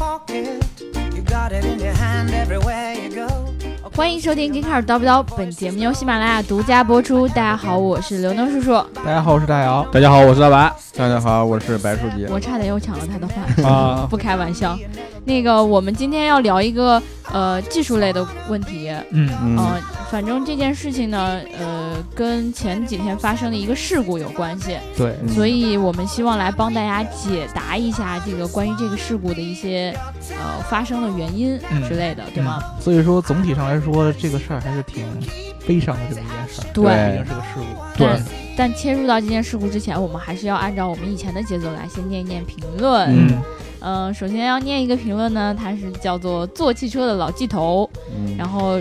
walk it. You got it in your hand everywhere you go. 欢迎收听《金卡尔叨不叨》，本节目由喜马拉雅独家播出。大家好，我是刘能叔叔，大家好，我是大姚。大家好，我是大白。大家好，我是白书记。我差点又抢了他的话， 啊，不开玩笑。那个，我们今天要聊一个呃技术类的问题，嗯，嗯、嗯，反正这件事情呢，呃，跟前几天发生的一个事故有关系，对，嗯所以我们希望来帮大家解答一下这个关于这个事故的一些呃发生的原因嗯之类的，对吗？嗯？所以说，总体上来说，这个事儿还是挺悲伤的这么一件事儿，对哎毕竟是个事故。对但切入到这件事故之前，我们还是要按照我们以前的节奏来，先念一念评论。嗯嗯、首先要念一个评论呢，它是叫做“坐汽车的老纪头”，然后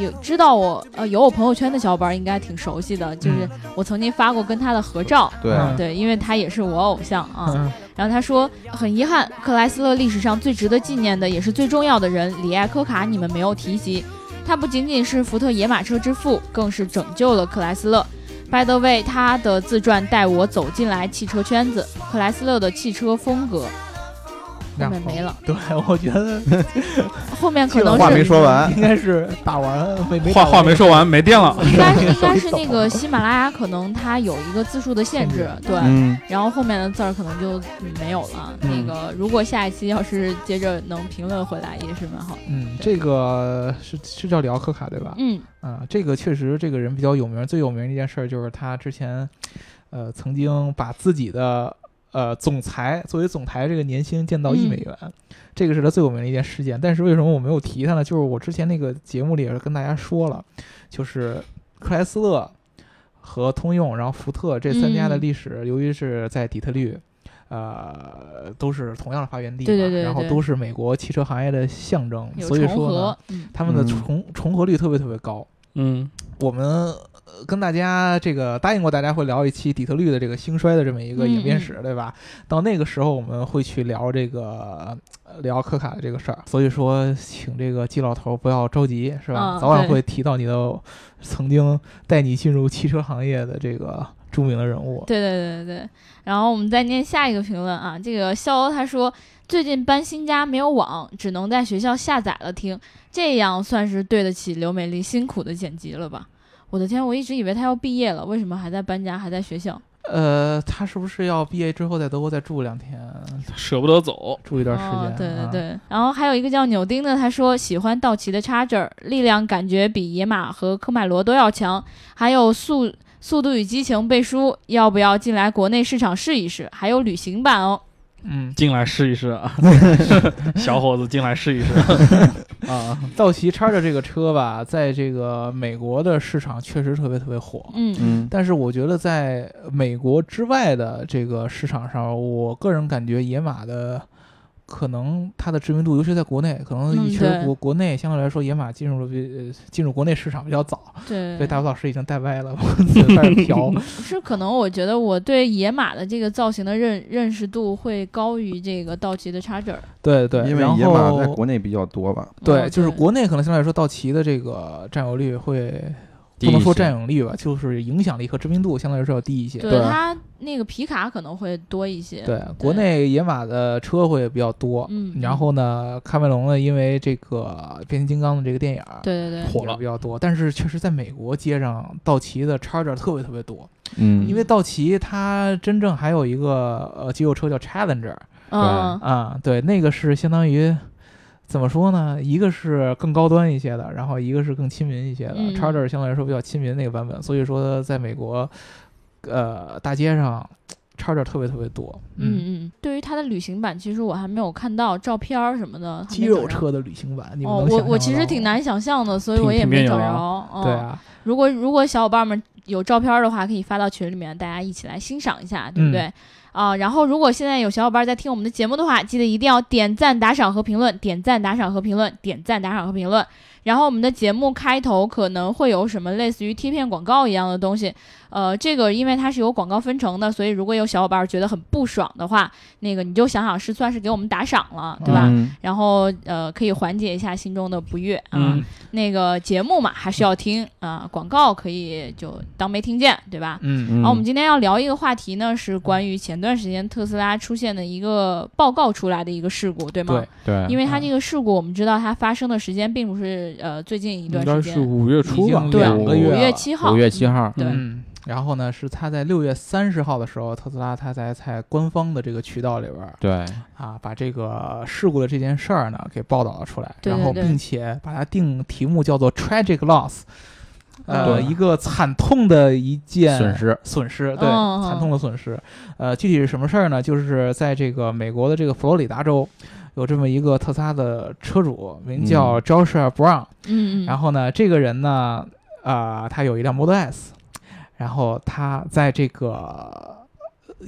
有知道我呃有我朋友圈的小伙伴应该挺熟悉的，就是我曾经发过跟他的合照，对，嗯对，因为他也是我偶像啊。嗯，然后他说，很遗憾，克莱斯勒历史上最值得纪念的也是最重要的人里艾科卡，你们没有提及。他不仅仅是福特野马车之父，更是拯救了克莱斯勒。By the way，他的自传带我走进来汽车圈子，克莱斯勒的汽车风格后然面没了，对，我觉得后面可这个能话没是说完，应该是打完没没话打话没说完，没电了。应该是应该是那个喜马拉雅可能它有一个字数的限制，对，嗯，然后后面的字儿可能就嗯没有了。那嗯个如果下一期要是接着能评论回来，也是蛮好的。嗯，这个是是叫里奥科卡对吧？嗯，啊，这个确实，这个人比较有名。最有名的一件事儿就是他之前，呃，曾经把自己的呃总裁作为总裁这个年薪降到嗯一美元，这个是他最有名的一件事件。但是为什么我没有提他呢？就是我之前那个节目里也是跟大家说了，就是克莱斯勒和通用，然后福特这三家的嗯历史，由于是在底特律。呃，都是同样的发源地嘛，对对对然后对都是美国汽车行业的象征，有所以重说呢合，，嗯，他们的嗯重重合率特别特别高。嗯，我们呃跟大家这个答应过，大家会聊一期底特律的这个兴衰的这么一个嗯演变史，对吧？到那个时候我们会去聊这个呃聊科卡的这个事儿，所以说请这个季老头不要着急，是吧？嗯早晚对会提到你的曾经带你进入汽车行业的这个著名的人物。对对对对。然后我们再念下一个评论啊，这个肖欧他说，最近搬新家没有网，只能在学校下载了听，这样算是对得起刘美丽辛苦的剪辑了吧？我的天，我一直以为他要毕业了，为什么还在搬家，还在学校？呃，他是不是要毕业之后在德国再住两天，舍不得走。住一段时间？哦、对啊对对、然后还有一个叫纽丁的，他说喜欢道奇的 Charger，力量感觉比野马和科迈罗都要强，还有速。速度与激情背书，要不要进来国内市场试一试？还有旅行版哦。 嗯，进来试一 试啊，小伙子进来试一试啊！道奇叉着这个车吧，在这个美国的市场确实特别特别火。嗯嗯，但是我觉得在美国之外的这个市场上，我个人感觉野马的可能它的知名度，尤其在国内，可能嗯其对实国、国内相对来说，野马进入了比呃进入国内市场比较早，对，被大吴老师已经带 歪了， 我自己在这调。是可能我觉得我对野马的这个造型的认认识度会高于这个道奇的 Charger。对对，因为然野马在后国内比较多吧，对，哦就是对国内可能相对来说，道奇的这个占有率会。低不能说一些占有率吧，就是影响力和知名度相对来说要低一些。对对它那个皮卡可能会多一些。对，国内野马的车会比较多，嗯然后呢，卡梅隆呢，因为这个变形金刚的这个电影儿对对对，火了也比较多，但是确实在美国街上，道奇的 Charger 特别特别多，嗯因为道奇它真正还有一个呃肌肉车叫 Challenger 嗯，啊、对，那个是相当于。怎么说呢？一个是更高端一些的，然后一个是更亲民一些的。嗯 Charger 相对来说比较亲民那个版本，所以说在美国，呃，大街上 Charger 特别特别多。嗯嗯，对于它的旅行版，其实我还没有看到照片儿什么的。还没肌找肉啊着。车的旅行版，你们哦能，想我象我得其到实吗挺。难想象的，所以挺我也挺没面找有着。啊嗯、对，啊，如果如果小伙伴们有照片的话，可以发到群里面，大家一起来欣赏一下，对不对？啊、然后如果现在有小伙伴在听我们的节目的话，记得一定要点赞、打赏和评论，点赞、打赏和评论，点赞、打赏和评论。然后我们的节目开头可能会有什么类似于贴片广告一样的东西，呃，这个因为它是有广告分成的，所以如果有小伙伴觉得很不爽的话，那个你就想想是算是给我们打赏了，对吧？嗯然后呃，可以缓解一下心中的不悦啊。嗯，那个节目嘛，还是要听啊、广告可以就当没听见，对吧？嗯嗯然后我们今天要聊一个话题呢，是关于前前段时间特斯拉出现的一个报告出来的一个事故，对吗？对对，因为它嗯这个事故，我们知道它发生的时间并不是呃最近一应段该时是间，五月初吧已经，对两个五五月月了七号，五月七号，对嗯，然后呢，是他在六月三十号的时候，特斯拉它才在官方的这个渠道里边儿对，啊，把这个事故的这件事儿呢给报道了出来，对对然后对并且把它定题目叫做 “tragic loss”，呃，对一个惨痛的一件损失，损失，对，嗯嗯惨痛的损失。呃，具体是什么事儿呢？就是在这个美国的这个佛罗里达州，有这么一个特斯拉的车主，名叫 Joshua Brown、嗯嗯，然后呢，这个人呢，啊、他有一辆 Model S，然后他在这个。呃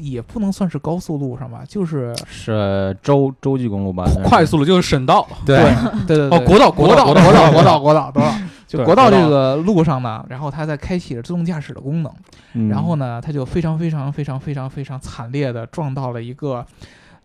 也不能算是高速路上吧，就是是州州际公路吧？算是快速了就是省道，对对对对哦，国道国道国道道道国道国道国道，就对国道国道这个路上呢，然后它在开启了自动驾驶的功能，嗯然后呢，它就非常非常非常非常非常惨烈的撞到了一个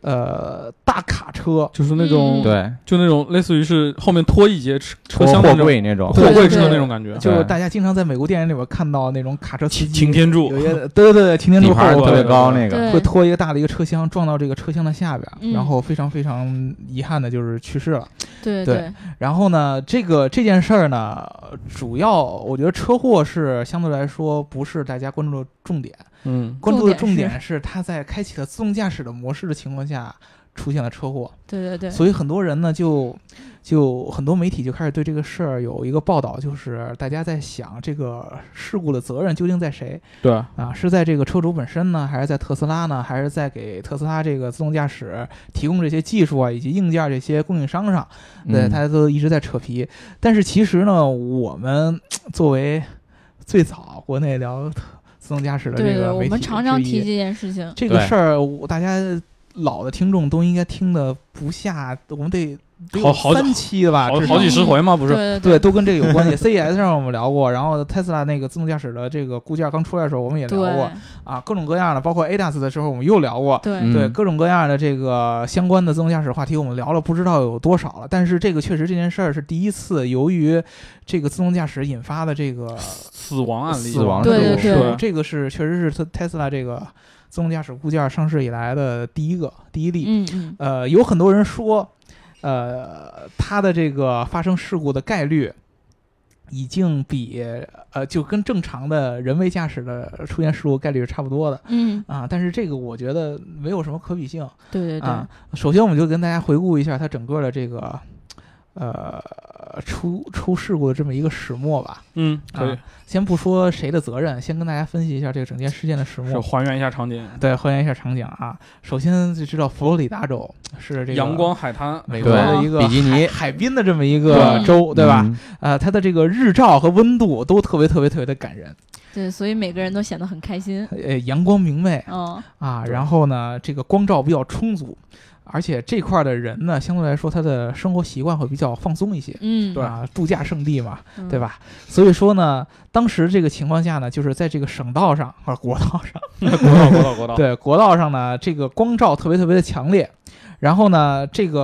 呃大卡车，就是那种嗯对就那种类似于是后面拖一节车车拖厢货的那种柜那种，货对柜对车对那种感觉，就是大家经常在美国电影里边看到那种卡车司擎机，擎天柱有，些对对对，擎天柱底盘后特边别高对那个，对会拖一个大的一个车厢撞到这个车厢的下边，嗯然后非常非常遗憾的就是去世了。对对然后呢，这个这件事儿呢，主要我觉得车祸是相对来说不是大家关注的重点，嗯，关注的重重点点是他在开启了自动驾驶的模式的情况下出现了车祸，对对对，所以很多人呢就就很多媒体就开始对这个事儿有一个报道，就是大家在想这个事故的责任究竟在谁对，啊？是在这个车主本身呢，还是在特斯拉呢，还是在给特斯拉这个自动驾驶提供这些技术啊以及硬件这些供应商上？对，嗯他都一直在扯皮。但是其实呢，我们作为最早国内聊自动驾驶的这对对，个我媒们体常常之提一这件事情，这个对事儿，我大家老的听众都应该听的不下，我们得得有好好三期了吧，好至好少几十回嘛，不是？对对，对都跟这个有关系。CES 上我们聊过，然后 Tesla 那个自动驾驶的这个固件刚出来的时候，我们也聊过对啊，各种各样的，包括 ADAS 的时候我们又聊过，对嗯对各种各样的这个相关的自动驾驶话题，我们聊了不知道有多少了。但是这个确实这件事儿是第一次由于这个自动驾驶引发的这个死亡案例，死亡对这个对事故对这个是确实是特 Tesla 这个自动驾驶固件上市以来的第一个第一例。嗯嗯，呃，有很多人说，呃，它的这个发生事故的概率。已经比呃，就跟正常的人为驾驶的出现事故概率是差不多的嗯，啊，但是这个我觉得没有什么可比性，对对对，啊，首先我们就跟大家回顾一下它整个的这个呃出出事故的这么一个始末吧。嗯，可以啊，先不说谁的责任，先跟大家分析一下这个整件事件的始是末。还原一下场景，对，还原一下场景啊。首先就知道佛罗里达州是这个阳光海滩，美国对的一个比基尼海 海滨的这么一个州，对吧？？嗯呃，它的这个日照和温度都特别特别特别的感人，对，所以每个人都显得很开心，呃，阳光明媚，嗯，啊，然后呢，这个光照比较充足，而且这块儿的人呢，相对来说他的生活习惯会比较放松一些。嗯，啊，度假胜地嘛，嗯对？吧？所以说呢，当时这个情况下呢，就是在这个省道上或者国道上，国道国道国道，对国道上呢，这个光照特别特别的强烈。然后呢，这个、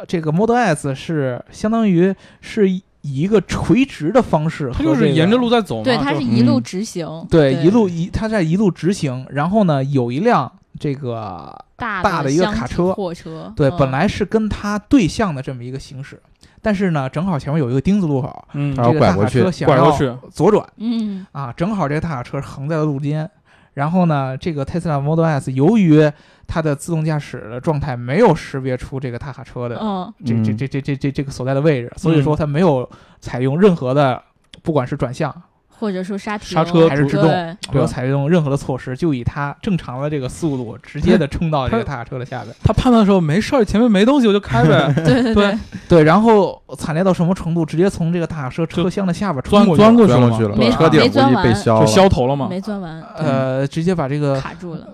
呃这个 Model S 是相当于是以一个垂直的方式和它这个，就是沿着路在走嘛，对，它就是一路嗯直行，对一路一，它在一路直行。然后呢，有一辆这个大大的的一个厢卡体车货车，对，嗯本来是跟它对向的这么一个行驶，但是呢，正好前面有一个丁字路口，嗯，然后这个大拐过卡去车想拐过要去左转嗯，啊，正好这个大卡车横在了路肩。然后呢，这个 Tesla Model S 由于它的自动驾驶的状态没有识别出这个大卡车的嗯，这这嗯这这这这这个所在的位置，所嗯以说它没有采用任何的，不管是转向或者说刹停刹车还是主制对动，没嗯有采用任何的措施，就以它正常的这个速度直接的冲到这个大卡车的下边。 他判断的时候没事儿，前面没东西我就开呗， 对对对，对，然后惨烈到什么程度，直接从这个大卡车车厢的下边钻穿过去钻了，过钻了过嘛去了，没车顶没估钻计被完削就了，削头了 嘛，没钻完，嗯呃，直接把这个卡住了，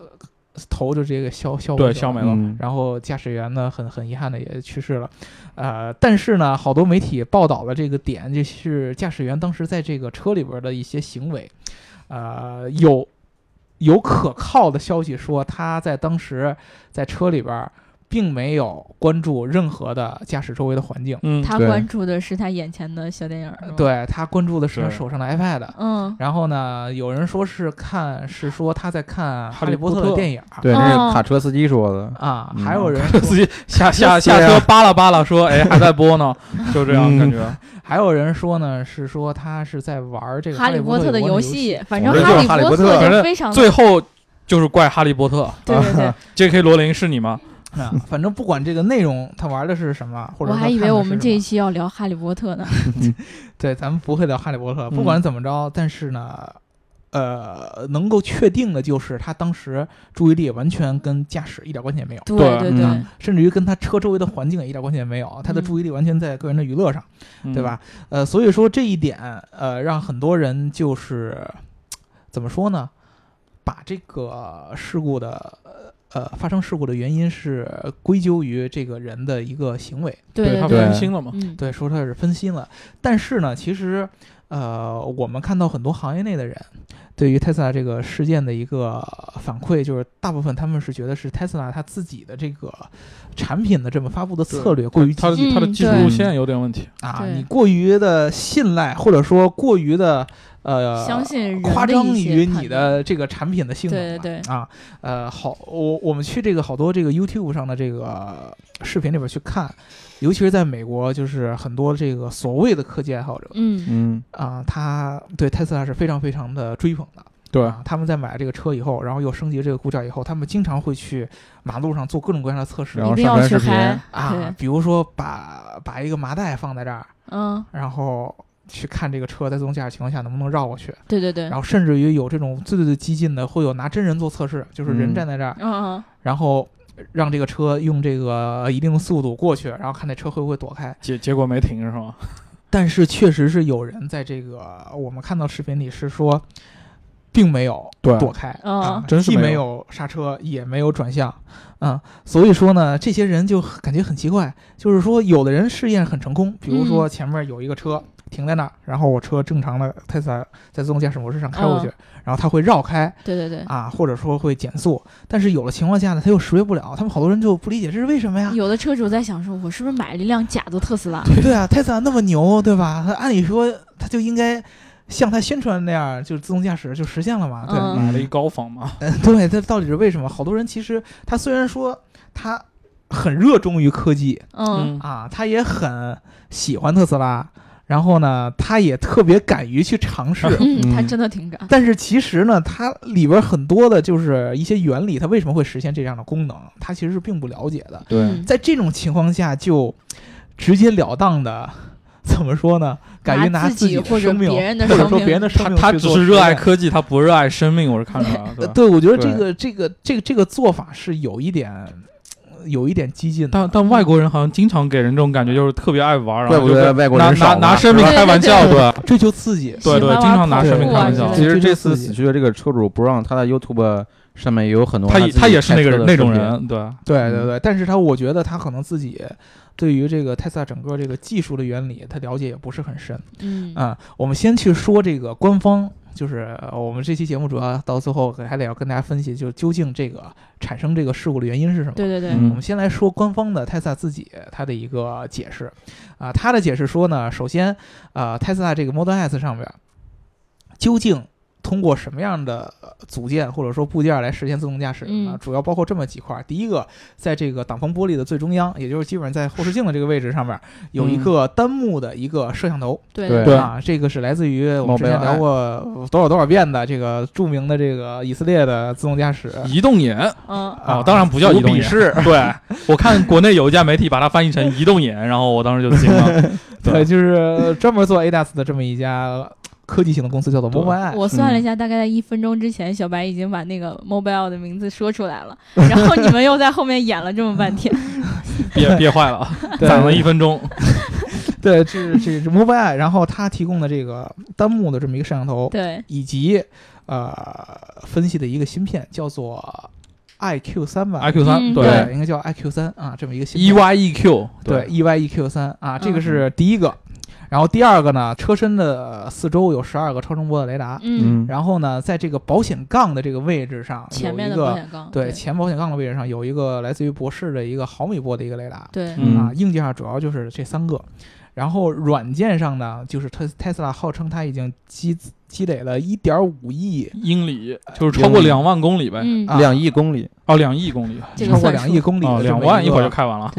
头就直接给削削过对，去削没了。了，嗯然后驾驶员呢，很很遗憾的也去世了，呃，但是呢，好多媒体报道了这个点，就是驾驶员当时在这个车里边的一些行为，呃，有有可靠的消息说他在当时在车里边并没有关注任何的驾驶周围的环境，嗯他对关注的是他眼前的小电影儿，是吧，呃对他关注的是他是手上的 iPad。嗯，然后呢，有人说是看，是说他在看《哈哈利利波波特特》的电影，对，那哦是卡车司机说的，啊，嗯还有人 自己下下下对啊车扒拉扒拉说，哎，还在播呢，就这样嗯感觉。还有人说呢，是说他是在玩这个《哈利波特的的游游，戏，反正我觉得就是哈哈利利波波特特反就正非常最后就是怪哈利波特对对对， ，J.K. 罗琳是你吗？啊，反正不管这个内容他玩的是什么，或者我说还以看为的我是们什这一么期要聊哈利波特呢，对，咱们不会聊《哈利波特》，不嗯管怎么着，但是呢，呃，能够确定的就是他当时注意力完全跟驾驶一点关系也没有，对对对嗯对，甚至于跟他车周围的环境也一点关系也没有，他的嗯注意力完全在个人的娱乐上，嗯对吧？？呃，所以说这一点，呃，让很多人就是怎么说呢，把这个事故的。呃，发生事故的原因是归咎于这个人的一个行为，对他对，分心了嘛？嗯，对，说他是分心了。但是呢，其实，呃，我们看到很多行业内的人对于 Tesla 这个事件的一个反馈，就是大部分他们是觉得是 Tesla 他自己的这个产品的这么发布的策略过于他激进他的技术嗯路线有点问题。啊，对你过于的信赖，或者说过于的呃相信人的夸张一些于判你的这个产品的性能对吧对啊，呃，好，我我们去这个好多这个 YouTube 上的这个视频里边去看，尤其是在美国，就是很多这个所谓的科技爱好者嗯嗯，啊，他对特斯拉是非常非常的追捧的。对啊，他们在买了这个车以后，然后又升级这个骨架以后，他们经常会去马路上做各种各样的测试然一后定上要传去视频嗨，对啊，，比如说把把一个麻袋放在这儿，嗯，然后去看这个车在自动驾驶情况下能不能绕过去，对对对然，后甚至于有这种最最最激进的，会有拿真人做测试，就是人嗯站在这儿，嗯嗯，然后让这个车用这个一定的速度过去，然后看那车会不会躲开。结结果没停是吗？但是确实是有人在这个我们看到视频里是说，并没有对躲开，哦啊真是既没没有有刹车，也没有转向，啊，所以说呢，这些人就很感觉很奇怪，就是说有的人试验很成功，比如说前面有一个车停在那儿，然后我车正常的特斯拉在自动驾驶模式上开过去，然后它会绕开对对 对，啊，或者说会减速，但是有的情况下呢，它又识别不了，他们好多人就不理解这是为什么呀？有的车主在想说，我是不是买了一辆假的特斯拉？对啊，特斯拉那么牛，对吧？他按理说他就应该像他宣传那样，就是自动驾驶就实现了嘛。对，嗯买了一高仿嘛？嗯 对，这到底是为什么？好多人其实他虽然说他很热衷于科技嗯，。啊，他也很喜欢特斯拉，然后呢，他也特别敢于去尝试嗯，他嗯真的挺敢， 但是其实呢，它里边很多的就是一些原理，它为什么会实现这样的功能，他其实是并不了解的。对，嗯在这种情况下，就直截了当的， 怎么说呢？敢于拿自己己或的者生命，别人的或者生说命别人的生他命，他只是热爱。科技，他不热爱生命，我是看出来了。对呃吧对，我觉得对这个这个这个这个做法是有一点，呃有一点激进的。但但外国人好像经常给人这种感觉，就是特别爱玩，然怪后不就是得外国拿人拿少拿呢生命开玩笑，对对追求刺激，对对，喜欢玩经常拿跑生命酷开啊玩之类笑的。其实这这次个是死去的这个车主不让他的 YouTube 上面也有很多他也自己他也是那个开人车的那种视频，人，对，对对对。但是他，我觉得他可能自己对于这个 Tesla 整个这个技术的原理，他了解也不是很深。嗯啊、我们先去说这个官方，就是呃我们这期节目主要到最后还得要跟大家分析，就究竟这个产生这个事故的原因是什么。对对对，嗯我们先来说官方的 Tesla 自己它的一个解释，啊、它的解释说呢，首先，呃，Tesla 这个 Model S 上面究竟通过什么样的呃组件或者说部件来实现自动驾驶呢？嗯主要包括这么几块儿，第一个，在这个挡风玻璃的最中央，也就是基本上在后视镜的这个位置上面，有一个单目的一个摄像头，对对啊，这个是来自于我们之 Mobile 前聊过多少多少遍的这个著名的这个以色列的自动驾驶。移动眼嗯哦，当然不叫移动无眼，鄙视，对我看国内有一家媒体把它翻译成移动眼，然后我当时就惊 了。 对，就是专门做 ADAS 的这么一家科技型的公司，叫做 Mobileye。我算了一下，大概在一分钟之前，小白已经把那个 mobile 的名字说出来 了，然后你们又在后面演了这么半天。憋憋坏了，对攒了一分钟。对，这是这是 Mobileye，然后它提供的这个单目的这么一个摄像头，对，以及呃分析的一个芯片，叫做 IQ 三吧 IQ 嗯三对对，应该叫 IQ 三啊，这么一个芯片。 ，E Y E Q 嗯对 EYEQ 三啊，这个是第一个。然后第二个呢，车身的四周有十二个超声波的雷达，嗯，然后呢，在这个保险杠的这个位置上有前面一的保个险杠，对啊对前保险杠的位置上有一个来自于博士的一个毫米波的一个雷达，对嗯啊，硬件上主要就是这三个。然后软件上呢，就是特特斯拉号称它已经积积累了一点五亿，英里就是超过英里两万公里呗，嗯啊两亿公里，哦，两亿公里，这个超过算两数亿公里的哦，这么两个，万一会儿就开完了。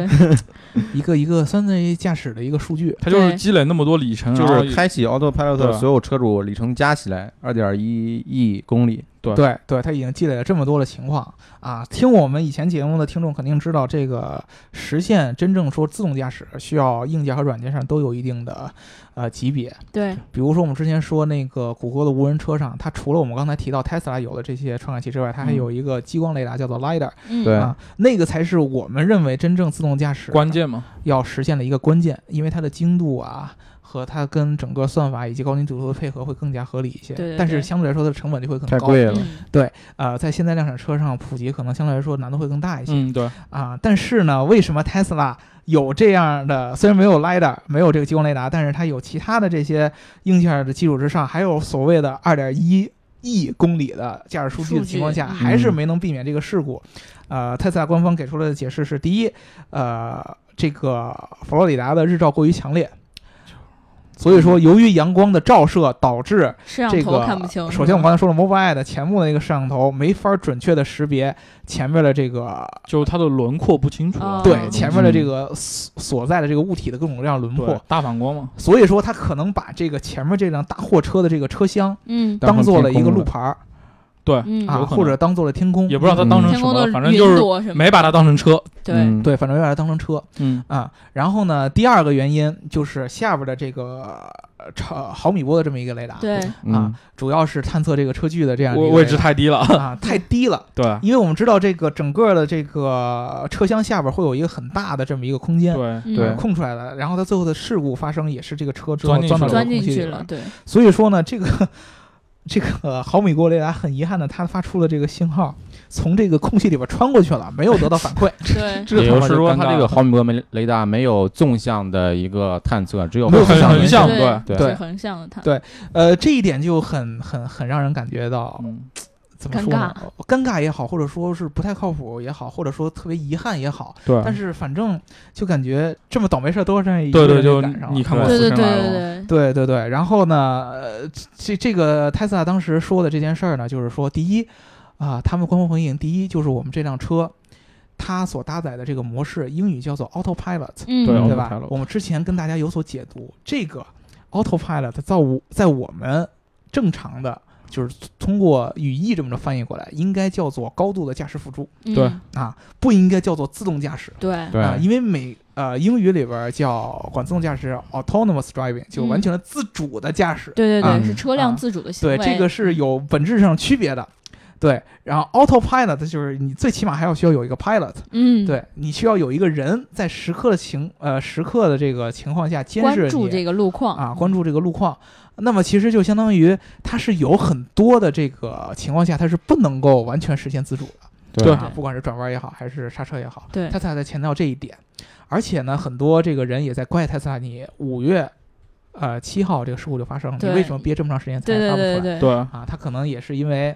一个一个算是驾驶的一个数据。它就是对积累那么多里程，就然后是开启 Autopilot 嗯对的所有车主里程加起来二点一亿公里。对对对，它已经积累了这么多的情况啊！听我们以前节目的听众肯定知道，这个实现真正说自动驾驶，需要硬件和软件上都有一定的呃级别。对比如说我们之前说那个谷歌的无人车上，它除了我们刚才提到 Tesla 有的这些传感器之外，它还嗯有一个激光雷达叫做 lidar，、嗯对啊，那个才是我们认为真正自动驾驶关键嘛，要实现的一个关键，因为它的精度啊和它跟整个算法以及高精度图的配合会更加合理一些。对对但对是相对来说它的成本就会更太高。贵了嗯呃，在现在量产车上普及，可能相对来说难度会更大一些、嗯，对，啊。但是呢，为什么 Tesla 有这样的？虽然没有 lidar，没有这个激光雷达，但是它有其他的这些硬件的基础之上，还有所谓的2.1亿公里的驾驶数据的情况下，数据嗯还是没能避免这个事故。呃，特斯拉官方给出了解释是：第一，呃，这个佛罗里达的日照过于强烈。所以说，由于阳光的照射导致摄像这头个看不清。首先，我刚才说了 Mobileye 的前部的那个摄像头没法准确的识别前面的这个，就是它的轮廓不清楚啊哦，这个对东西前面的这个所所在的这个物体的各种各样的轮对廓。大反光嘛，所以说，它可能把这个前面这辆大货车的这个车厢嗯当做了一当个成路牌儿对，嗯有啊，可能或者当做了天空，也不知道它当成天什么空了，的反正云就是朵什么没把它当成车，对，嗯嗯对，反正有点当成车嗯，啊。然后呢，第二个原因就是下边的这个呃超毫米波的这么一个雷达，嗯对，嗯啊，主要是探测这个车距的这样一个嗯位雷位置达太低 了，啊太低了。对因为我们知道这个整个的这个车厢下边会有一个很大的这么一个空间对，嗯对空出来了，然后它最后的事故发生也是这个车之后钻进去钻到这了个钻空进隙去里边了，。对，所以说呢，这个这个毫米波雷达很遗憾的，它发出了这个信号，从这个空隙里边穿过去了，没有得到反馈，对， 这个也就他妈是就说，尴它尬这了个毫米波雷雷达没有纵向的一个探测，只有没有横横向的横向对对，对是横向的它。对呃，这一点就很很很让人感觉到嗯，怎么说呢？尴尬也好，或者说是不太靠谱也好，或者说特别遗憾也好，对，但是反正就感觉这么倒霉事儿都是让一对个对，人给就赶上了你看过《对对死神对来了》吗？ 对对，对对对，然后呢，呃，这这个泰斯拉当时说的这件事儿呢，就是说，第一，啊、他们官方回应，第一就是我们这辆车，它所搭载的这个模式，英语叫做 Autopilot，、嗯，对对吧 Autopilot？我们之前跟大家有所解读，这个 Autopilot 在我在我们正常的，就是通过语义这么着翻译过来，应该叫做高度的驾驶辅助嗯对啊，不应该叫做自动驾驶。对对啊，因为美呃英语里边儿叫管自动驾驶 autonomous driving，就完全的自主的驾驶。对对啊嗯对，是车辆啊自主的行为。嗯对，这个是有本质上区别的。对，然后 autopilot 就是你最起码还要需要有一个 pilot，嗯，对你需要有一个人在时刻的情呃时刻的这个情况下监视关你注这个路况啊，关注这个路况。那么其实就相当于它是有很多的这个情况下，它是不能够完全实现自主的。对啊，不管是转弯也好，还是刹车也好，对特斯拉在强调这一点。而且呢，很多这个人也在怪特斯拉，你五月呃七号这个事故就发生了，你对为什么憋这么长时间才对对发布出来？对对对，对，啊，他可能也是因为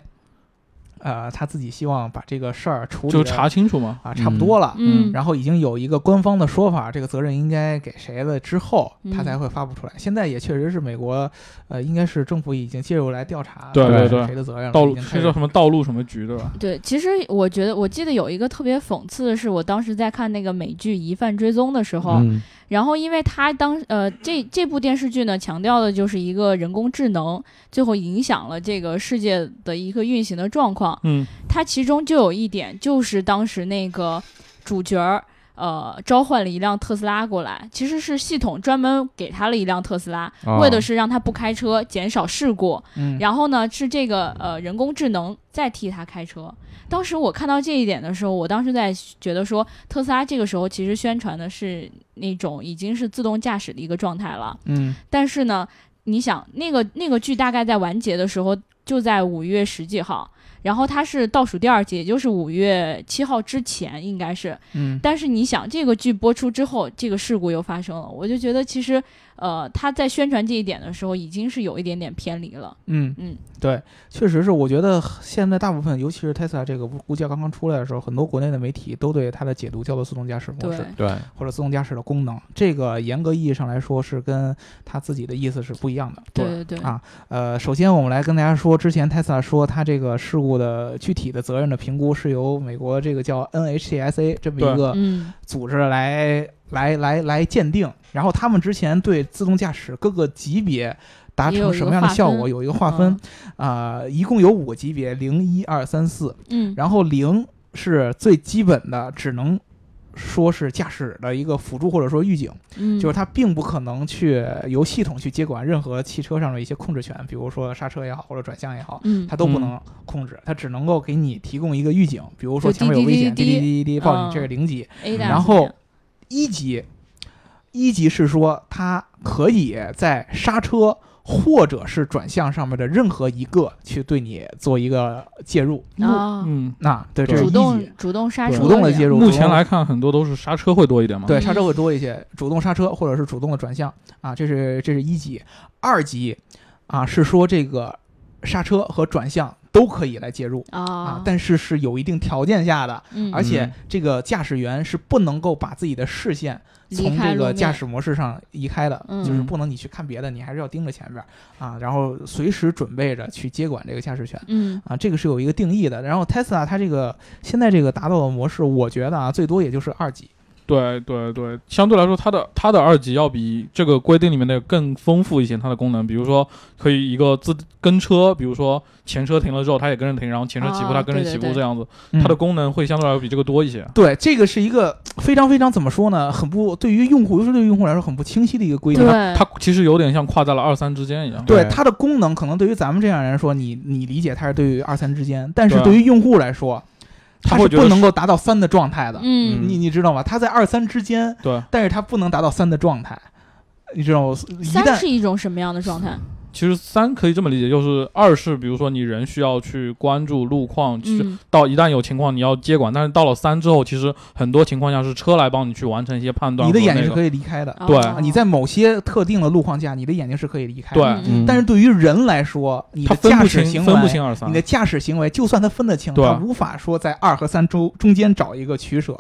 呃他自己希望把这个事儿处理得就查清楚嘛，啊差不多了。嗯，然后已经有一个官方的说法，这个责任应该给谁了之后，他嗯才会发布出来。现在也确实是美国，呃，应该是政府已经介入来调查，对对对谁的责任了，嗯道已路经这开叫始什么道路什么局对吧？对，其实我觉得，我记得有一个特别讽刺的是，我当时在看那个美剧《疑犯追踪》的时候，嗯然后因为他当呃这这部电视剧呢，强调的就是一个人工智能最后影响了这个世界的一个运行的状况。嗯，它其中就有一点，就是当时那个主角儿呃召唤了一辆特斯拉过来，其实是系统专门给他了一辆特斯拉，哦为的是让他不开车，减少事故。嗯然后呢，是这个呃人工智能在替他开车。当时我看到这一点的时候，我当时在觉得说，特斯拉这个时候其实宣传的是那种已经是自动驾驶的一个状态了。嗯但是呢，你想那个那个剧大概在完结的时候就在五月十几号，然后它是倒数第二季，也就是五月七号之前应该是。嗯但是你想，这个剧播出之后，这个事故又发生了，我就觉得其实呃，他在宣传这一点的时候，已经是有一点点偏离了。嗯嗯，对，确实是，我觉得现在大部分，尤其是 Tesla 这个估价刚刚出来的时候，很多国内的媒体都对它的解读叫做自动驾驶模对式，对，或者自动驾驶的功能。这个严格意义上来说是跟它自己的意思是不一样的。对对对，啊，呃，首先我们来跟大家说，之前 Tesla 说它这个事故的具体的责任的评估是由美国这个叫 NHTSA 这么对一个嗯，组织来来来来鉴定，然后他们之前对自动驾驶各个级别达也有成一什个么样的划效分果有一个划分啊、一共有五个级别，零、一、二、三、四，嗯，然后零是最基本的，只能说是驾驶的一个辅助或者说预警。嗯，就是它并不可能去由系统去接管任何汽车上的一些控制权，比如说刹车也好，或者转向也好，嗯，它都不能控制，它只能够给你提供一个预警，比如说就前面有危险，滴滴滴滴滴滴滴滴报嗯警，这是零级。 A 然后一级，一级是说它可以在刹车或者是转向上面的任何一个去对你做一个介入。啊，嗯，那对，这是主一级动。主动刹车，哦主动的介入，目主前动来看，很多都是刹车会多一点嘛。对，嗯刹车会多一些，主动刹车或者是主动的转向啊，这是这是一级，二级啊是说这个刹车和转向都可以来介入啊啊，，但是是有一定条件下的，嗯而且嗯这个驾驶员是不能够把自己的视线离从开这路个面驾驶模式上移开的，嗯就是不能你去看别的，你还是要盯着前边儿啊，然后随时准备着去接管这个驾驶权。嗯啊，这个是有一个定义的。然后 Tesla 它这个现在这个达到的模式，我觉得啊，最多也就是二级。对对对，相对来说，它的它的二级要比这个规定里面的更丰富一些，它的功能，比如说可以一个自跟车，比如说前车停了之后，它也跟着停，然后前车起步，啊它跟着对对起对步这样子，嗯它的功能会相对来说比这个多一些。对，这个是一个非常非常怎么说呢，很不对于用户，尤其是对于用户来说很不清晰的一个规定。对它其实有点像跨在了二三之间一样。哎对对它的功能，可能对于咱们这样人来说，你你理解它是对于二三之间，但是对啊对于用户来说，它他是会觉不得是能够达到三的状态的。嗯你你知道吗？它在二三之间，对，但是它不能达到三的状态，你知道吗？一三旦是一种什么样的状态？其实三可以这么理解，就是二是比如说你人需要去关注路况，去嗯，到一旦有情况你要接管，但是到了三之后，其实很多情况下是车来帮你去完成一些判断你的和那个。眼睛是可以离开的。哦对啊你在某些特定的路况下，你的眼睛是可以离开的。对嗯但是对于人来说，你它的分驾不驶清行为分不清二三 你的。驾驶行为，就算他分得清，啊对啊他无法说在二和三中中间找一个取 舍，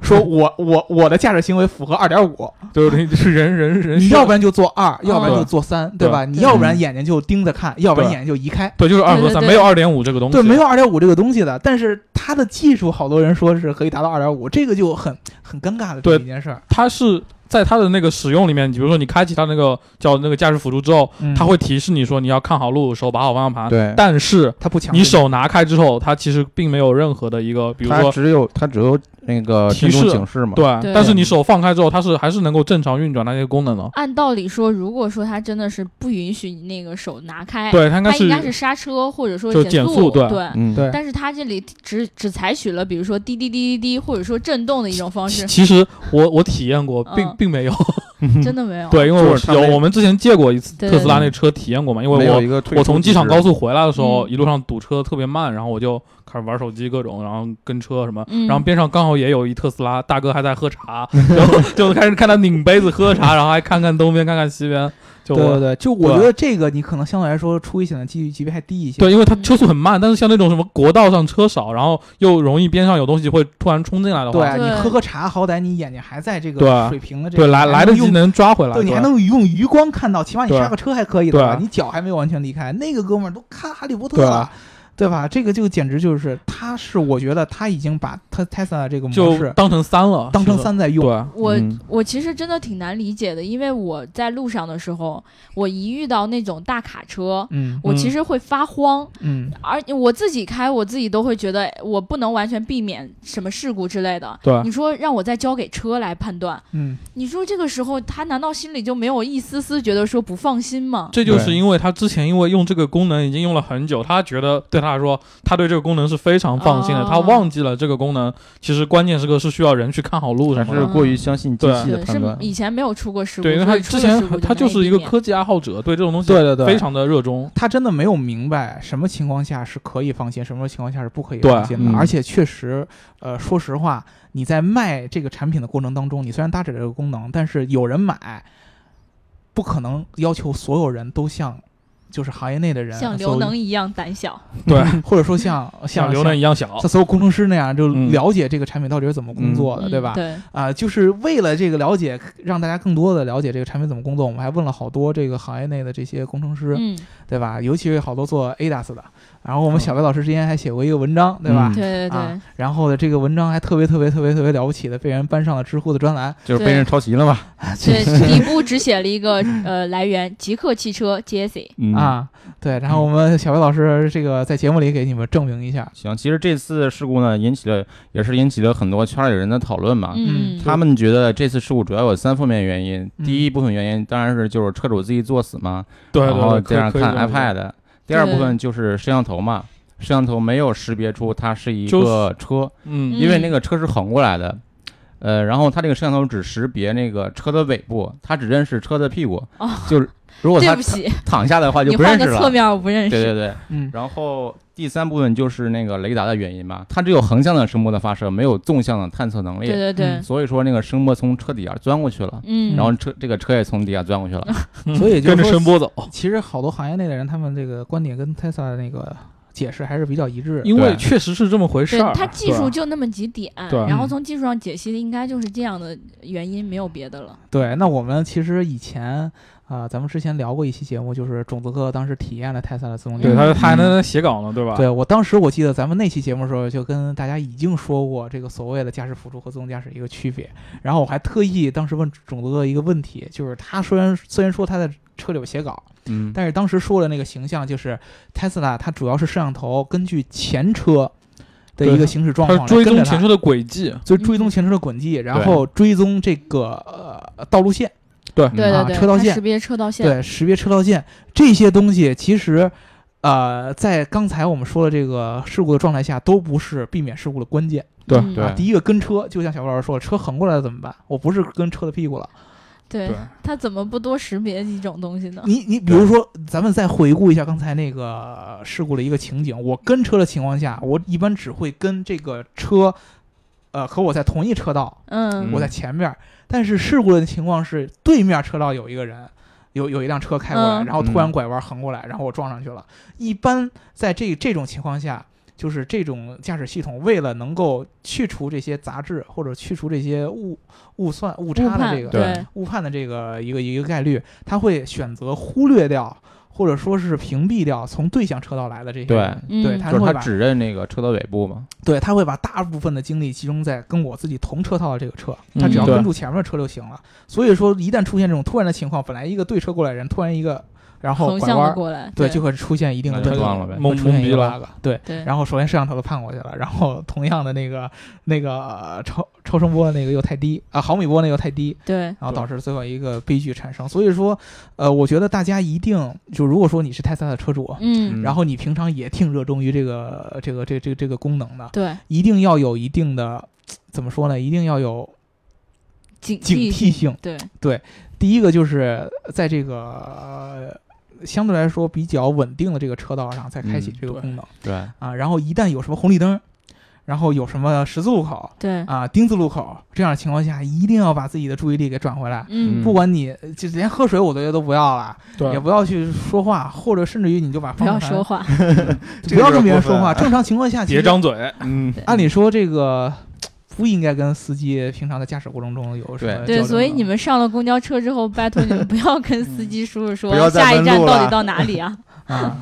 说我我我的驾驶行为符合二点五，对对，对是人人人你需要不然就做二，要不然对就做三，对吧？对你要不然眼睛就盯着看，要不然眼睛就移开。对，就是二对和对三，对没有二点五这个东西。对，没有二点五这个东西的，但是它的技术，好多人说是可以达到二点五，这个就很很尴尬的这对么一件事儿。它是在它的那个使用里面，比如说你开启它那个叫那个驾驶辅助之后，嗯它会提示你说你要看好路，手把好方向盘。对，但是它不强制你手拿开之后，它其实并没有任何的一个，比如它说只有它只有那个提震动示警示嘛。对，对但是你手放开之后，它是还是能够正常运转那些功能的。按道理说，如果说他真的是不允许你那个手拿开，对，它应他该应是该是刹车或者说就减速，速对嗯，对但是他这里只只采取了比如说滴滴滴滴滴或者说震动的一种方其 式，其实我我体验过，嗯并并没有。真的没有。对，因为我就是它没有我们之前借过一次对特斯拉对那车体验过嘛，因没为有我一个退我出从机机场制高速回来的时候，嗯一路上堵车特别慢，然后我就开始玩手机各种，然后跟车什么，嗯然后边上刚好也有一特斯拉大哥还在喝茶，然 后就开始看他拧杯子喝茶，然后还看看东边看看西边，就对对我对，就我对觉得这个你可能相对来说出危险的几率级别还低一些。对，因为它车速很慢，但是像那种什么国道上车少，然后又容易边上有东西会突然冲进来的对话啊，，你对喝喝茶，好歹你眼睛还在这个对啊水平的这对个来你还来得能及用能抓回来，对，你还能用余光看到，起码你对刹个车还可以的吧？对啊你脚还没有完全离开。那个哥们儿都看哈利波特对啊了，对吧？这个就简直就是，他是我觉得他已经把他 Tesla 这个模就式当成三了，当成是的三在用。对。我、嗯我其实真的挺难理解的，因为我在路上的时候，我一遇到那种大卡车，嗯我其实会发慌，嗯，而我自己开，我自己都会觉得我不能完全避免什么事故之类的。对你说让我再交给车来判断，嗯，你说这个时候他难道心里就没有一丝丝觉得说不放心吗？这就是对因为他之前因为用这个功能已经用了很久，他觉得对他来说，他对这个功能是非常放心的，哦他忘记了这个功能其实关键时刻是需要人去看好路嗯还什么是的。过于相信机器对的，判是断。以前没有出过事故，对，因为所他以出之了前事故他就就是难以一个避免科技爱好者，对这种东西对对对非常的热衷。他真的没有明白什么情况下是可以放心，什么情况下是不可以对放心的。嗯而且确实，呃，说实话，你在卖这个产品的过程当中，你虽然搭载这个功能，但是有人买，不可能要求所有人都像就是行业内的人，啊像所刘有能一样胆小，对， 或者说像 像像刘能一样小像，像所有工程师那样，就嗯了解这个产品到底是怎么工作的，嗯对吧？对，啊、就是为了这个了解，让大家更多的了解这个产品怎么工作，我们还问了好多这个行业内的这些工程师，嗯，对吧？尤其是好多做 ADAS 的。然后我们嗯小白老师之前还写过一个文章，对吧？嗯对对对啊，，然后呢，这个文章还特别特别特别特别了不起的，被人搬上了知乎的专栏。就是被人抄袭了嘛。对，底部只写了一个呃来源，极客汽车 Jesse，嗯，啊，对，然后我们小白老师这个在节目里给你们证明一下，行，其实这次事故呢，引起了也是引起了很多圈里人的讨论嘛。嗯，啊他们觉得这次事故主要有三方面原因，嗯第一部分原因当然是就是车主自己作死嘛，对然后对对，加上可以哦看这么说 iPad。第二部分就是摄像头嘛，摄像头没有识别出它是一个车，嗯因为那个车是横过来的。呃，然后它这个摄像头只识别那个车的尾部，它只认识车的屁股。哦 就是如果对它不起，躺下的话就你不认换识个了。侧面我不认识，对对对。嗯，然后第三部分就是那个雷达的原因嘛，它只有横向的声波的发射，没有纵向的探测能力。对对对嗯所以说那个声波从车底下钻过去了，嗯，然后车这个车也从底下钻过 去了。所以就跟是着说声，波走，其实好多行业内的人，他们这个观点跟 Tesla 的那个解释还是比较一致。因为对确实是这么回事对儿。它技术对就那么几点，对然后嗯从技术上解析的应该就是这样的原因，没有别的了。对，那我们其实以前啊、咱们之前聊过一期节目，就是种子哥当时体验了 Tesla 的自动驾对驶。他他还能写稿嗯呢，对吧？对我当时我记得咱们那期节目的时候，就跟大家已经说过这个所谓的驾驶辅助和自动驾驶一个区别。然后我还特意当时问种子哥一个问题，就是他虽然虽然说他在车里边写稿，嗯，但是当时说的那个形象就是 Tesla，它主要是摄像头根据前车的一对个行驶状他况是来追跟踪着前它车的轨迹，就追踪前车的轨迹，然嗯对后追踪这个呃道路线。嗯对啊对对，车道它线识别车道线，对，识别车道线这些东西，其实，呃，在刚才我们说的这个事故的状态下，都不是避免事故的关键。对嗯对第一个跟车，就像小郭老师说，的，车横过来了怎么办？我不是跟车的屁股了。对对它怎么不多识别几种东西嗯呢？你你比如说，咱们再回顾一下刚才那个事故的一个情景，我跟车的情况下，我一般只会跟这个车，呃，和我在同一车道，嗯我在前面儿，但是事故的情况是对面车道有一个人，有有一辆车开过来，嗯然后突然嗯拐弯横过来，然后我撞上去了。一般在这这种情况下，就是这种驾驶系统为了能够去除这些杂质或者去除这些误误算误误差的判这个对，误判的这个一个一个概率，它会选择忽略掉。或者说是屏蔽掉从对向车道来的这些对人，对，嗯它就是会它把只认那个车的尾部嘛。对，他会把大部分的精力集中在跟我自己同车道的这个车，嗯他只要对跟住前面的车就行了。所以说，一旦出现这种突然的情况，本来一个对车过来人，突然一个然后横拐向的弯，过来，对，就会出现一定的那就问题，撞了呗会懵出现懵一逼个了 bug。对，对，然后首先摄像头都判过去了，然后同样的那个那个呃超超声波的那个又太低啊，毫米波那个又太低，对然后对导致最后一个悲剧产生。所以说，呃，我觉得大家一定就如果说你是 Tesla 的车主，嗯嗯然后你平常也挺热衷于这个这个这个这个这个功能的，对，一定要有一定的怎么说呢？一定要有警警惕惕性。对，第一个就是在这个、呃相对来说比较稳定的这个车道上再开启嗯这个功能、对，啊，然后一旦有什么红绿灯，然后有什么十字路口对，啊、丁字路口这样的情况下，一定要把自己的注意力给转回来。嗯嗯不管你就连喝水，我都觉得都不要了，对也不要去说话，或者甚至于你就把不方要向盘说， 话，不要跟别人说话。这正常情况下，其别实张嘴，嗯，按理说这个不应该跟司机平常的驾驶过程中有什么对交对，流所以的你们上了公交车之后，拜托你们不要跟司机叔叔不要说再下一问站路到底了到哪里啊？啊，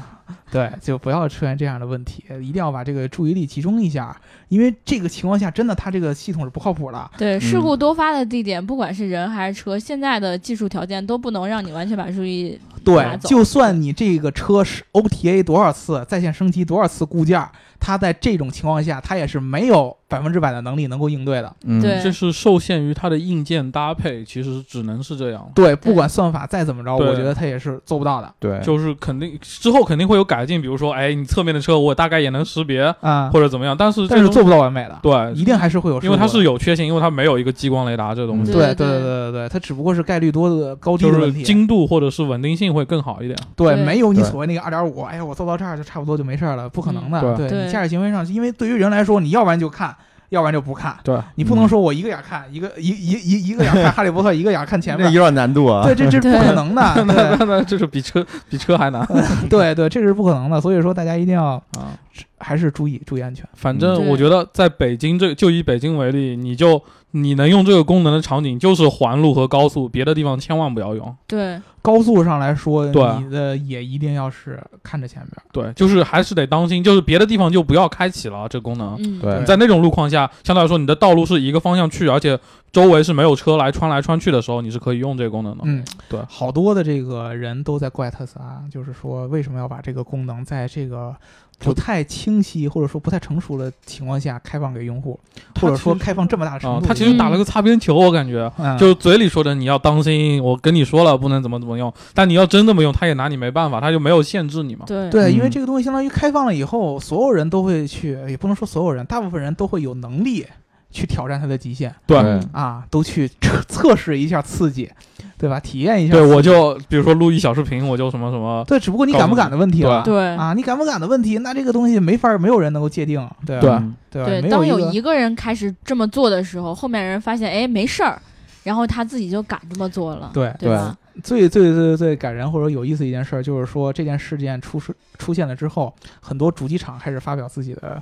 对，就不要出现这样的问题，一定要把这个注意力集中一下，因为这个情况下真的它这个系统是不靠谱的。对，事嗯故多发的地点，不管是人还是车，现在的技术条件都不能让你完全把注意拿对，走就算你这个车是 OTA 多少次在线升级多少次估价，它在这种情况下，它也是没有百分之百的能力能够应对的。嗯对这是受限于它的硬件搭配，其实只能是这样。对，不管算法再怎么着，对我觉得它也是做不到的。对，就是肯定之后肯定会有改进，比如说，哎，你侧面的车我大概也能识别啊、或者怎么样，但是这但是种做不到完美的，对，一定还是嗯会有失误的，因为它是有缺陷，因为它没有一个激光雷达这东西，对对对对对对对，它只不过是概率多的高低就的问题。是精度或者是稳定性会更好一点。对，对没有你对所谓那个二点五，哎呀，我做到这儿就差不多就没事儿了，不可能的。嗯对对你驾驶行为上，因为对于人来说，你要不然就看，要不然就不看。对，你不能说我一个眼看一个一一一一个眼看哈 利波特，一个眼看前这有面。点难度啊。对，这这对不可能 的， 那对那那这是比车比车还难对对，这是不可能的。所以说，大家一定要啊！还是注意注意安全。反对正我觉得在北京这就以北京为例，你就你能用这个功能的场景就是环路和高速，别的地方千万不要用。对高速上来说，对你的也一定要是看着前面。对，就是还是得当心，就是别的地方就不要开启了啊这个功能。嗯对你在那种路况下，相对来说你的道路是一个方向去，而且周围是没有车来穿来穿去的时候，你是可以用这个功能的。嗯，对好多的这个人都在怪特斯拉，就是说为什么要把这个功能在这个不太清晰或者说不太成熟的情况下开放给用户，它或者说其实开放这么大的程啊度，里面。他其实打了个擦边球，我感觉。嗯就嘴里说着你要当心，我跟你说了不能怎么怎么用，但你要真这么用，他也拿你没办法，他就没有限制你嘛。对对，嗯因为这个东西相当于开放了以后，所有人都会去，也不能说所有人，大部分人都会有能力去挑战它的极限对对啊，都去测测试一下刺激，对吧？体验一下对，刺激。我就比如说录一小视频，我就什么什么，对，只不过你敢不敢的问题了。对啊，你敢不敢的问题，那这个东西没法，没有人能够界定，对吧对嗯对吧对，没当有有一个一个人开始这么做的时候，后面人发现哎没事儿，然后他自己就敢这么做了，对对吧？最最最最感人或者有意思一件事儿，就是说这件事件出事出现了之后，很多主机厂开始发表自己的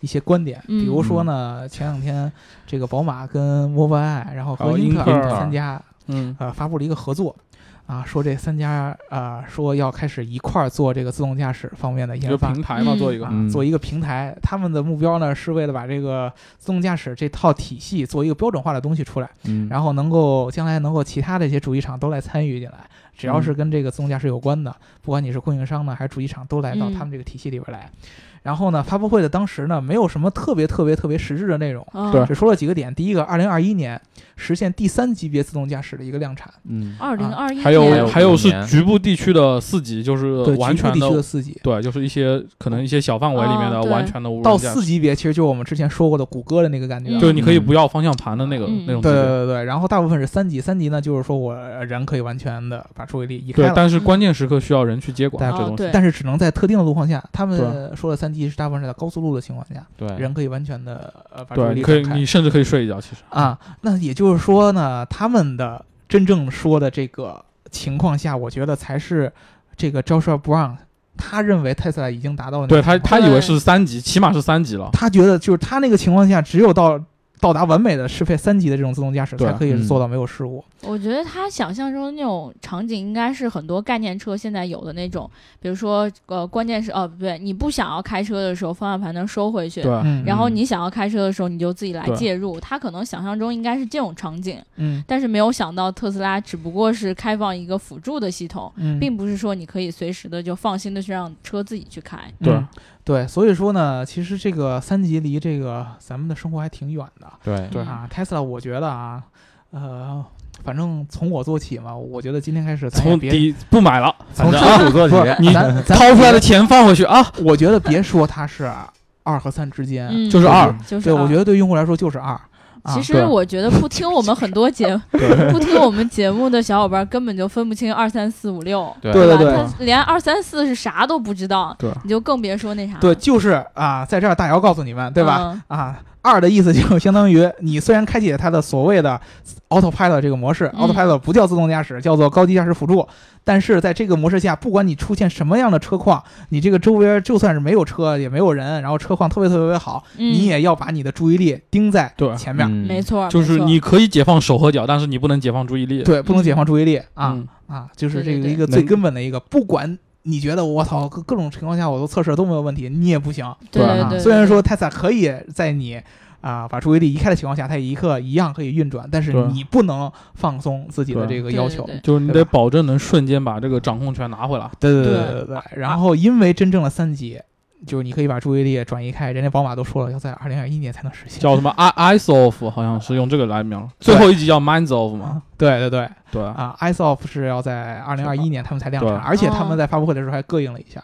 一些观点，嗯比如说呢，前两天这个宝马跟 Mobileye，然后还和有英特哦英特尔尔三家嗯，呃发布了一个合作。啊，说这三家啊、说要开始一块儿做这个自动驾驶方面的一个研发平台嘛，嗯做一个，啊，嗯做一个平台。他们的目标呢，是为了把这个自动驾驶这套体系做一个标准化的东西出来。嗯，然后能够将来能够其他的一些主机厂都来参与进来，只要嗯是跟这个自动驾驶有关的，不管你是供应商呢还是主机厂，都来到嗯他们这个体系里边来。然后呢，发布会的当时呢，没有什么特别特别特别实质的内容，嗯对只说了几个点。第一个，二零二一年实现第三级别自动驾驶的一个量产，嗯，二零二一还还有有还有是五年局部地区的四级，就是对，完局部全地区的的，四级。对，就是一些可能一些小范围里面的哦对完全的无到人驾驶四，级别，其实就是我们之前说过的谷歌的那个感觉嗯了。就是你可以不要方向盘的那个嗯那种级对对别。对对，然后大部分是三级，三级呢就是说我人可以完全的把注意力移开对了，，但嗯是关键时刻需要人去接管但这东西。哦对但是只能在特定的路况下。他们对说了三 G 是大部分是在高速路的情况下，对，人可以完全的呃把注意对，你力可以，转开你甚至可以睡一觉。其实，啊。那也就是说呢，他们的真正说的这个情况下，我觉得才是这个 Joshua Brown 他认为特斯拉已经达到了那对个他，情况他以为对是三级，起码是三级了。他觉得就是他那个情况下，只有到到达完美的适配三级的这种自动驾驶，对才可以嗯做到没有失误。我觉得他想象中的那种场景，应该是很多概念车现在有的那种，比如说，呃，关键是哦，不对，你不想要开车的时候，方向盘能收回去，对，嗯，然后嗯你想要开车的时候，你就自己来对介入。他可能想象中应该是这种场景，嗯但是没有想到特斯拉只不过是开放一个辅助的系统，嗯，并不是说你可以随时的就放心的去让车自己去开。对嗯对，所以说呢，其实这个三级离这个咱们的生活还挺远的。对对啊，Tesla，我觉得啊，呃，反正从我做起嘛，我觉得今天开始咱也从别底不买了，从反正车啊，主做起，不是你咱咱掏出来的钱放回去啊，我觉得别说它是二和三之间，嗯，就是二，就是对，二我觉得对用户来说就是二。啊其对实我觉得不听我们很多 节，不听我们节目的小伙伴根本就分不清二三四五六，对嗯对吧？对他连二三四是啥都不知道，对你就更别说那啥了，对，就是啊，在这儿大姚告诉你们，对吧？嗯？啊，二的意思就相当于你虽然开启了它的所谓的 autopilot 这个模式、a 嗯 u t o p i l o t 不叫自动驾驶，叫做高级驾驶辅助，但是在这个模式下，不管你出现什么样的车况，你这个周围就算是没有车也没有人，然后车况特别特别好，嗯你也要把你的注意力盯在对前面，嗯没，错，就是啊没错你可以解放手和脚，但是你不能解放注意力。对，不能解放注意力啊、嗯啊，就是对对这个对一个最根本的一个，不管你觉得我操各各种情况下我都测试都没有问题，你也不行。对对对啊对，虽然说 Tesla 可以在你啊、把注意力移开的情况下，它一刻一样可以运转，但是对你不能放松自己的对这个对要对求。对就是你对得吧保证能瞬间把这个掌控权拿回来。对对对对对对对。然后因为真正的三级，就是你可以把注意力转移开，人家宝马都说了要在二零二一年才能实现。叫什么 i eyes off，好像是用这个来描。最后一集叫 minds off 嘛，啊对对对对啊 i s o f 是要在二零二一年他们才量产，对而且他哦们在发布会的时候还膈应了一下，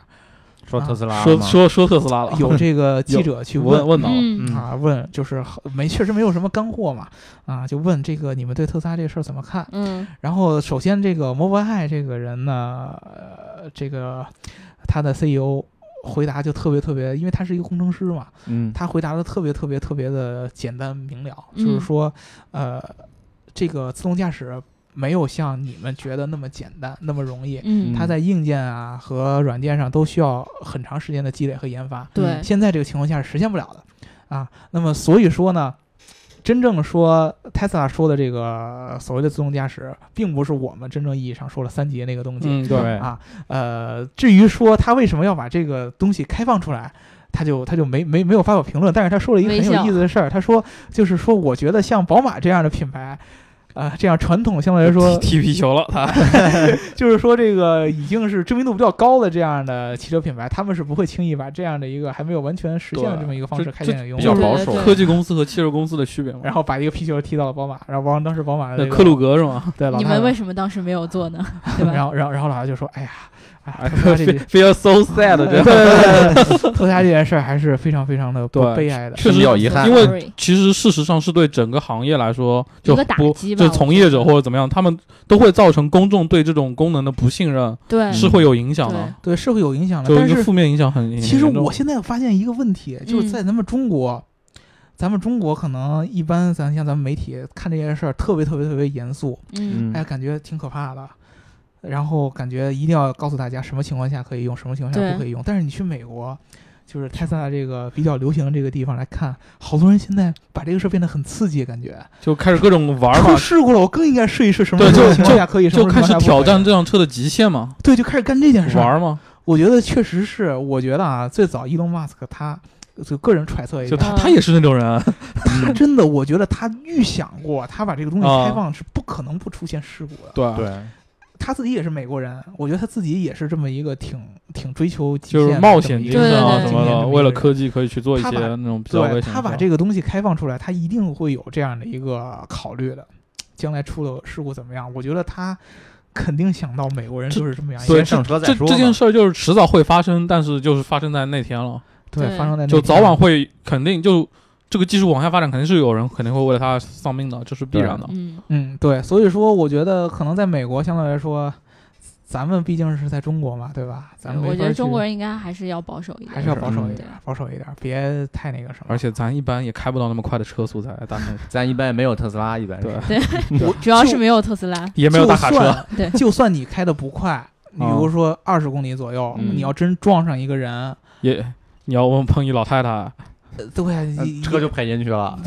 说特斯拉说嘛说说特斯拉了，有这个记者去哦问问问到了，嗯嗯啊问，就是没确实没有什么干货嘛啊，就问这个你们对特斯拉这个事儿怎么看？嗯然后首先这个摩 o b 这个人呢，呃，这个他的 CEO 回答就特别特别，因为他是一个工程师嘛，嗯，他回答的特别特别特别的简单明了，嗯就是说，呃，这个自动驾驶没有像你们觉得那么简单，那么容易。嗯，它在硬件啊和软件上都需要很长时间的积累和研发，对，现在这个情况下是实现不了的啊。那么所以说呢，真正说 Tesla 说的这个所谓的自动驾驶，并不是我们真正意义上说的三级那个东西。嗯，对，啊，呃，至于说他为什么要把这个东西开放出来，他就他就没没没有发表评论，但是他说了一个微很有笑意思的事儿，他说就是说，我觉得像宝马这样的品牌。啊、这样传统相对来说， 踢踢皮球了，他 就是说这个已经是知名度比较高的这样的汽车品牌，他们是不会轻易把这样的一个还没有完全实现的对这么一个方这式开这向给用比户较，保对守对对科技公司和汽车公司的区别嘛。然后把一个皮球踢到了宝马，然后宝马当时宝马的、那哎这个、克鲁格是吗？对老你太们太为什么当时没有做呢？对然吧？后然后然后老太太就说：“哎呀，哎，特斯拉这 个非非 要 so sad，对对这对对 对，特斯拉这件事儿还是非常非常的对悲哀的。确比实较遗憾因。 Sorry 为其实事实上是对整个行业来说，就一个打不击吧就我从觉业得者或者怎么样，他们都会造成公众对这种功能的不信任，对，是会有影响的，对，是会有影响的。就但一个是负面影响很。其实很严重我现在发现一个问题，就是在咱们中国，咱们中国可能一般咱像咱们媒体看这件事儿特别特别特别严肃，嗯，嗯哎，感觉挺可怕的。然后感觉一定要告诉大家什么情况下可以用，什么情况下对不可以用。但是你去美国，就是泰萨这个比较流行的这个地方来看，好多人现在把这个事儿变得很刺激，感觉就开始各种玩儿出嘛，事故了，我更应该试一试什么对什么就情况下可以，什就么情况开始下不可以挑战，这辆车的极限嘛，对，就开始干这件事玩儿。儿嘛，我觉得确实是，我觉得啊，最早伊隆马斯克他就个人揣测一就下，他嗯他也是那种人，他真的，我觉得他预想过，他把这个东西啊开放是不可能不出现事故的。 对对，他自己也是美国人，我觉得他自己也是这么一个挺挺追求极就是限的冒这么险一精个神啊对对对什经么验这的，么一为了个人科技可以去做一他些把那种比较危对险的事儿。他把这个东西开放出来，他一定会有这样的一个考虑的，将来出了事故怎么样？我觉得他肯定想到美国人这就是这么样一个对先上车再这说这件嘛事儿就是迟早会发生，但是就是发生在那天了，对对发生在那就天早晚会肯定就这个技术往下发展，肯定是有人肯定会为了它丧命的，这是必然的。嗯，嗯，对，所以说我觉得可能在美国相对来说，咱们毕竟是在中国嘛，对吧？咱们没我觉法得去中国人应该还是要保守一点，还是要保守一嗯点，保守一点，别太那个什么。而且咱一般也开不到那么快的车速在大城市，咱一般也没有特斯拉，一般是对我主要是就没有特斯拉，也没有大卡就车，嗯算对就算你开的不快，比如说二十公里左右，嗯你要真撞上一个人，也你要问碰一老太太，呃对，嗯你车就赔进去了。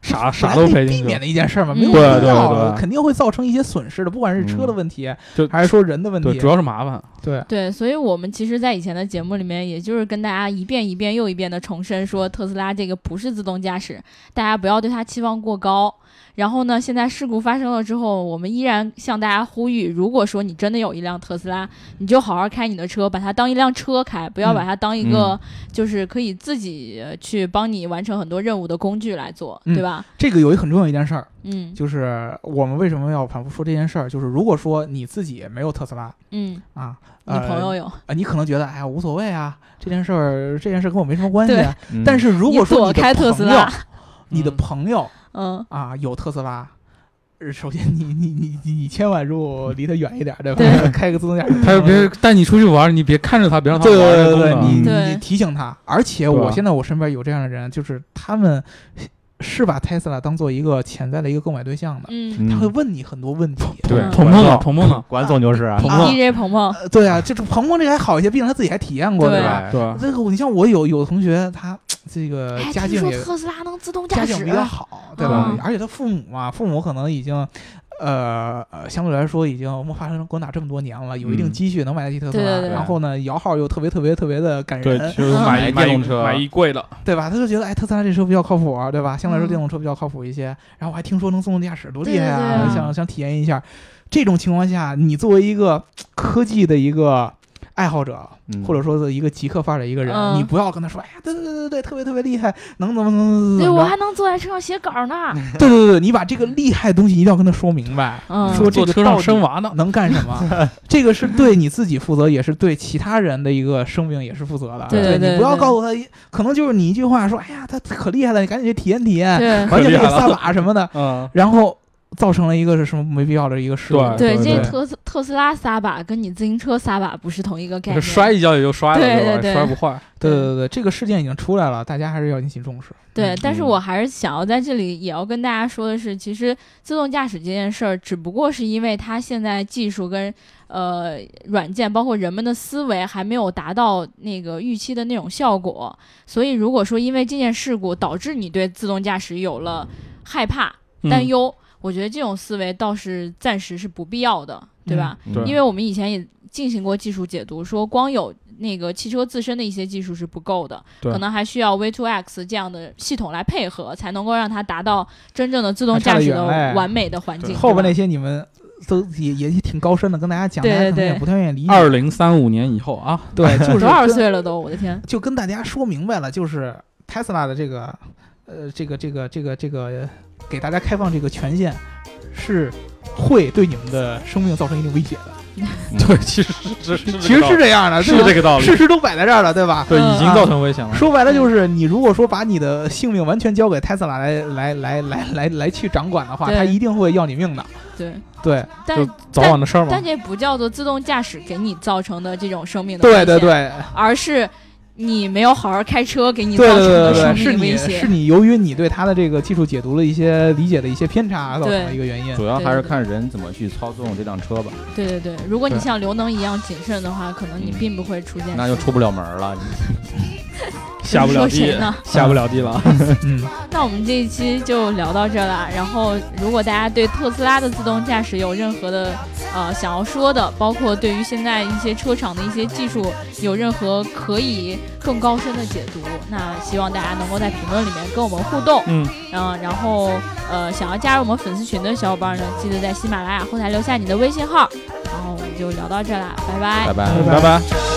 啥本啥来都可以赔避进去免了，的一件事儿嘛，嗯没有必对对要的，对啊嗯肯定会造成一些损失的，不管是车的问题，就还是嗯说人的问对，题主，要是麻烦。对。对，所以我们其实，在以前的节目里面，也就是跟大家一遍一遍又一遍的重申说，特斯拉这个不是自动驾驶，大家不要对它期望过高。然后呢，现在事故发生了之后，我们依然向大家呼吁，如果说你真的有一辆特斯拉，你就好好开你的车，把它当一辆车开，不嗯要把它当一个就是可以自己呃去帮你完成很多任务的工具来做，嗯对吧？这个有一很重要一件事儿，嗯就是我们为什么要反复说这件事儿，就是如果说你自己没有特斯拉嗯，啊，你呃、朋友有，啊，你可能觉得哎呀无所谓啊，这件事儿这件事儿跟我没什么关系对啊。嗯但是如果说你躲你的开特斯朋友拉，你的嗯朋友嗯，啊有特斯拉，呃首先你你你你你千万如果离他远一点，对吧？对 开个自动驾驶，他又别带你出去玩，你别看着他，别让他对玩对这对个功对，呃你你能。对你提醒他。而且对我吧现在我身边有这样的人，就是他们是把 Tesla 当做一个潜在的一个购买对象的，嗯，嗯他会问你很多问题。 对嗯，鹏鹏呢？鹏鹏呢？管总就是啊，鹏鹏， DJ 鹏鹏，呃对啊，这种鹏鹏这个还好一些，毕竟他自己还体验过，对吧？啊对，这个我你像我有有同学，他这个哎，家听境说也特斯拉能自动家驾境驶比，较好，对吧？嗯而且他父母嘛，父母可能已经，呃，呃相对来说已经摸爬滚打这么多年了，有一定嗯积蓄能买得起特斯对拉。对对然后呢，摇号又特别特别特别的感对，人，就是嗯买买一电动一车买一柜的，对吧？他就觉得，哎，特斯拉这车比较靠谱，啊对吧？相对来说，嗯电动车比较靠谱一些。然后我还听说能自动驾驶，多对厉害啊！对对啊想想体验一下。这种情况下，你作为一个科技的一个爱好者，嗯或者说是一个极客范儿的一个人，嗯你不要跟他说，哎呀，对对对对对，特别特别厉害，能怎么怎么怎么对怎我么着还。能坐在车上写稿呢。对对对，你把这个厉害的东西一定要跟他说明白，嗯，说这坐个车到上底生娃呢。能干什么，这个是对你自己负责，也是对其他人的一个生命也是负责的。对对对你不要告诉他，可能就是你 一句话说，哎呀，他可厉害了，你赶紧去体验体验，对完全可以可厉害撒了把什么的。嗯，然后造成了一个是什么没必要的一个事故。对对，这对特斯特斯拉撒把跟你自行车撒把不是同一个概这念。摔一跤也就摔了，对是吧？对对摔不坏。对对对对，这个事件已经出来了，大家还是要引起重视。对嗯，但是我还是想要在这里也要跟大家说的是，其实自动驾驶这件事儿，只不过是因为它现在技术跟呃软件，包括人们的思维还没有达到那个预期的那种效果，所以如果说因为这件事故导致你对自动驾驶有了害怕、嗯担忧，我觉得这种思维倒是暂时是不必要的，对吧？嗯对因为我们以前也进行过技术解读，说光有那个汽车自身的一些技术是不够的，对可能还需要 V2X 这样的系统来配合，才能够让它达到真正的自动驾驶还差的得远嘞哎完美的环境。后边那对吧些你们都也也挺高深的，跟大家讲，对大家可能对也不太愿意理解。二零三五年以后啊，对，就是多少跟岁了都，我的天！就跟大家说明白了，就是 Tesla 的这个，呃，这个这个这个这个，给大家开放这个权限，是会对你们的生命造成一定威胁的。嗯对，其实是是其实是这样的，是对吧这个道理，事实都摆在这儿了，对吧？对，嗯已经造成危险了。说白了就是，你如果说把你的性命完全交给 Tesla 来来来来来来去掌管的话，对他一定会要你命的。对，对但就早晚的事儿嘛但。这不叫做自动驾驶给你造成的这种生命的对对危险，对而是你没有好好开车给你对造对成对的对，生是命你危是险。你由于你对他的这个技术解读了一些理解的一些偏差造成的对一个原因。主要还对对是对看人怎么去操纵这辆车吧，对对对，如果你对像刘能一样谨慎的话，可能你嗯并不会出现。那就出不了门了。下不了你说地谁呢，下不了地啊了。嗯，那我们这一期就聊到这儿了。然后，如果大家对特斯拉的自动驾驶有任何的呃想要说的，包括对于现在一些车厂的一些技术有任何可以更高深的解读，那希望大家能够在评论里面跟我们互动。嗯，嗯，然后呃想要加入我们粉丝群的小伙伴呢，记得在喜马拉雅后台留下你的微信号。然后我们就聊到这儿啦，拜拜拜拜。哎拜拜。 Just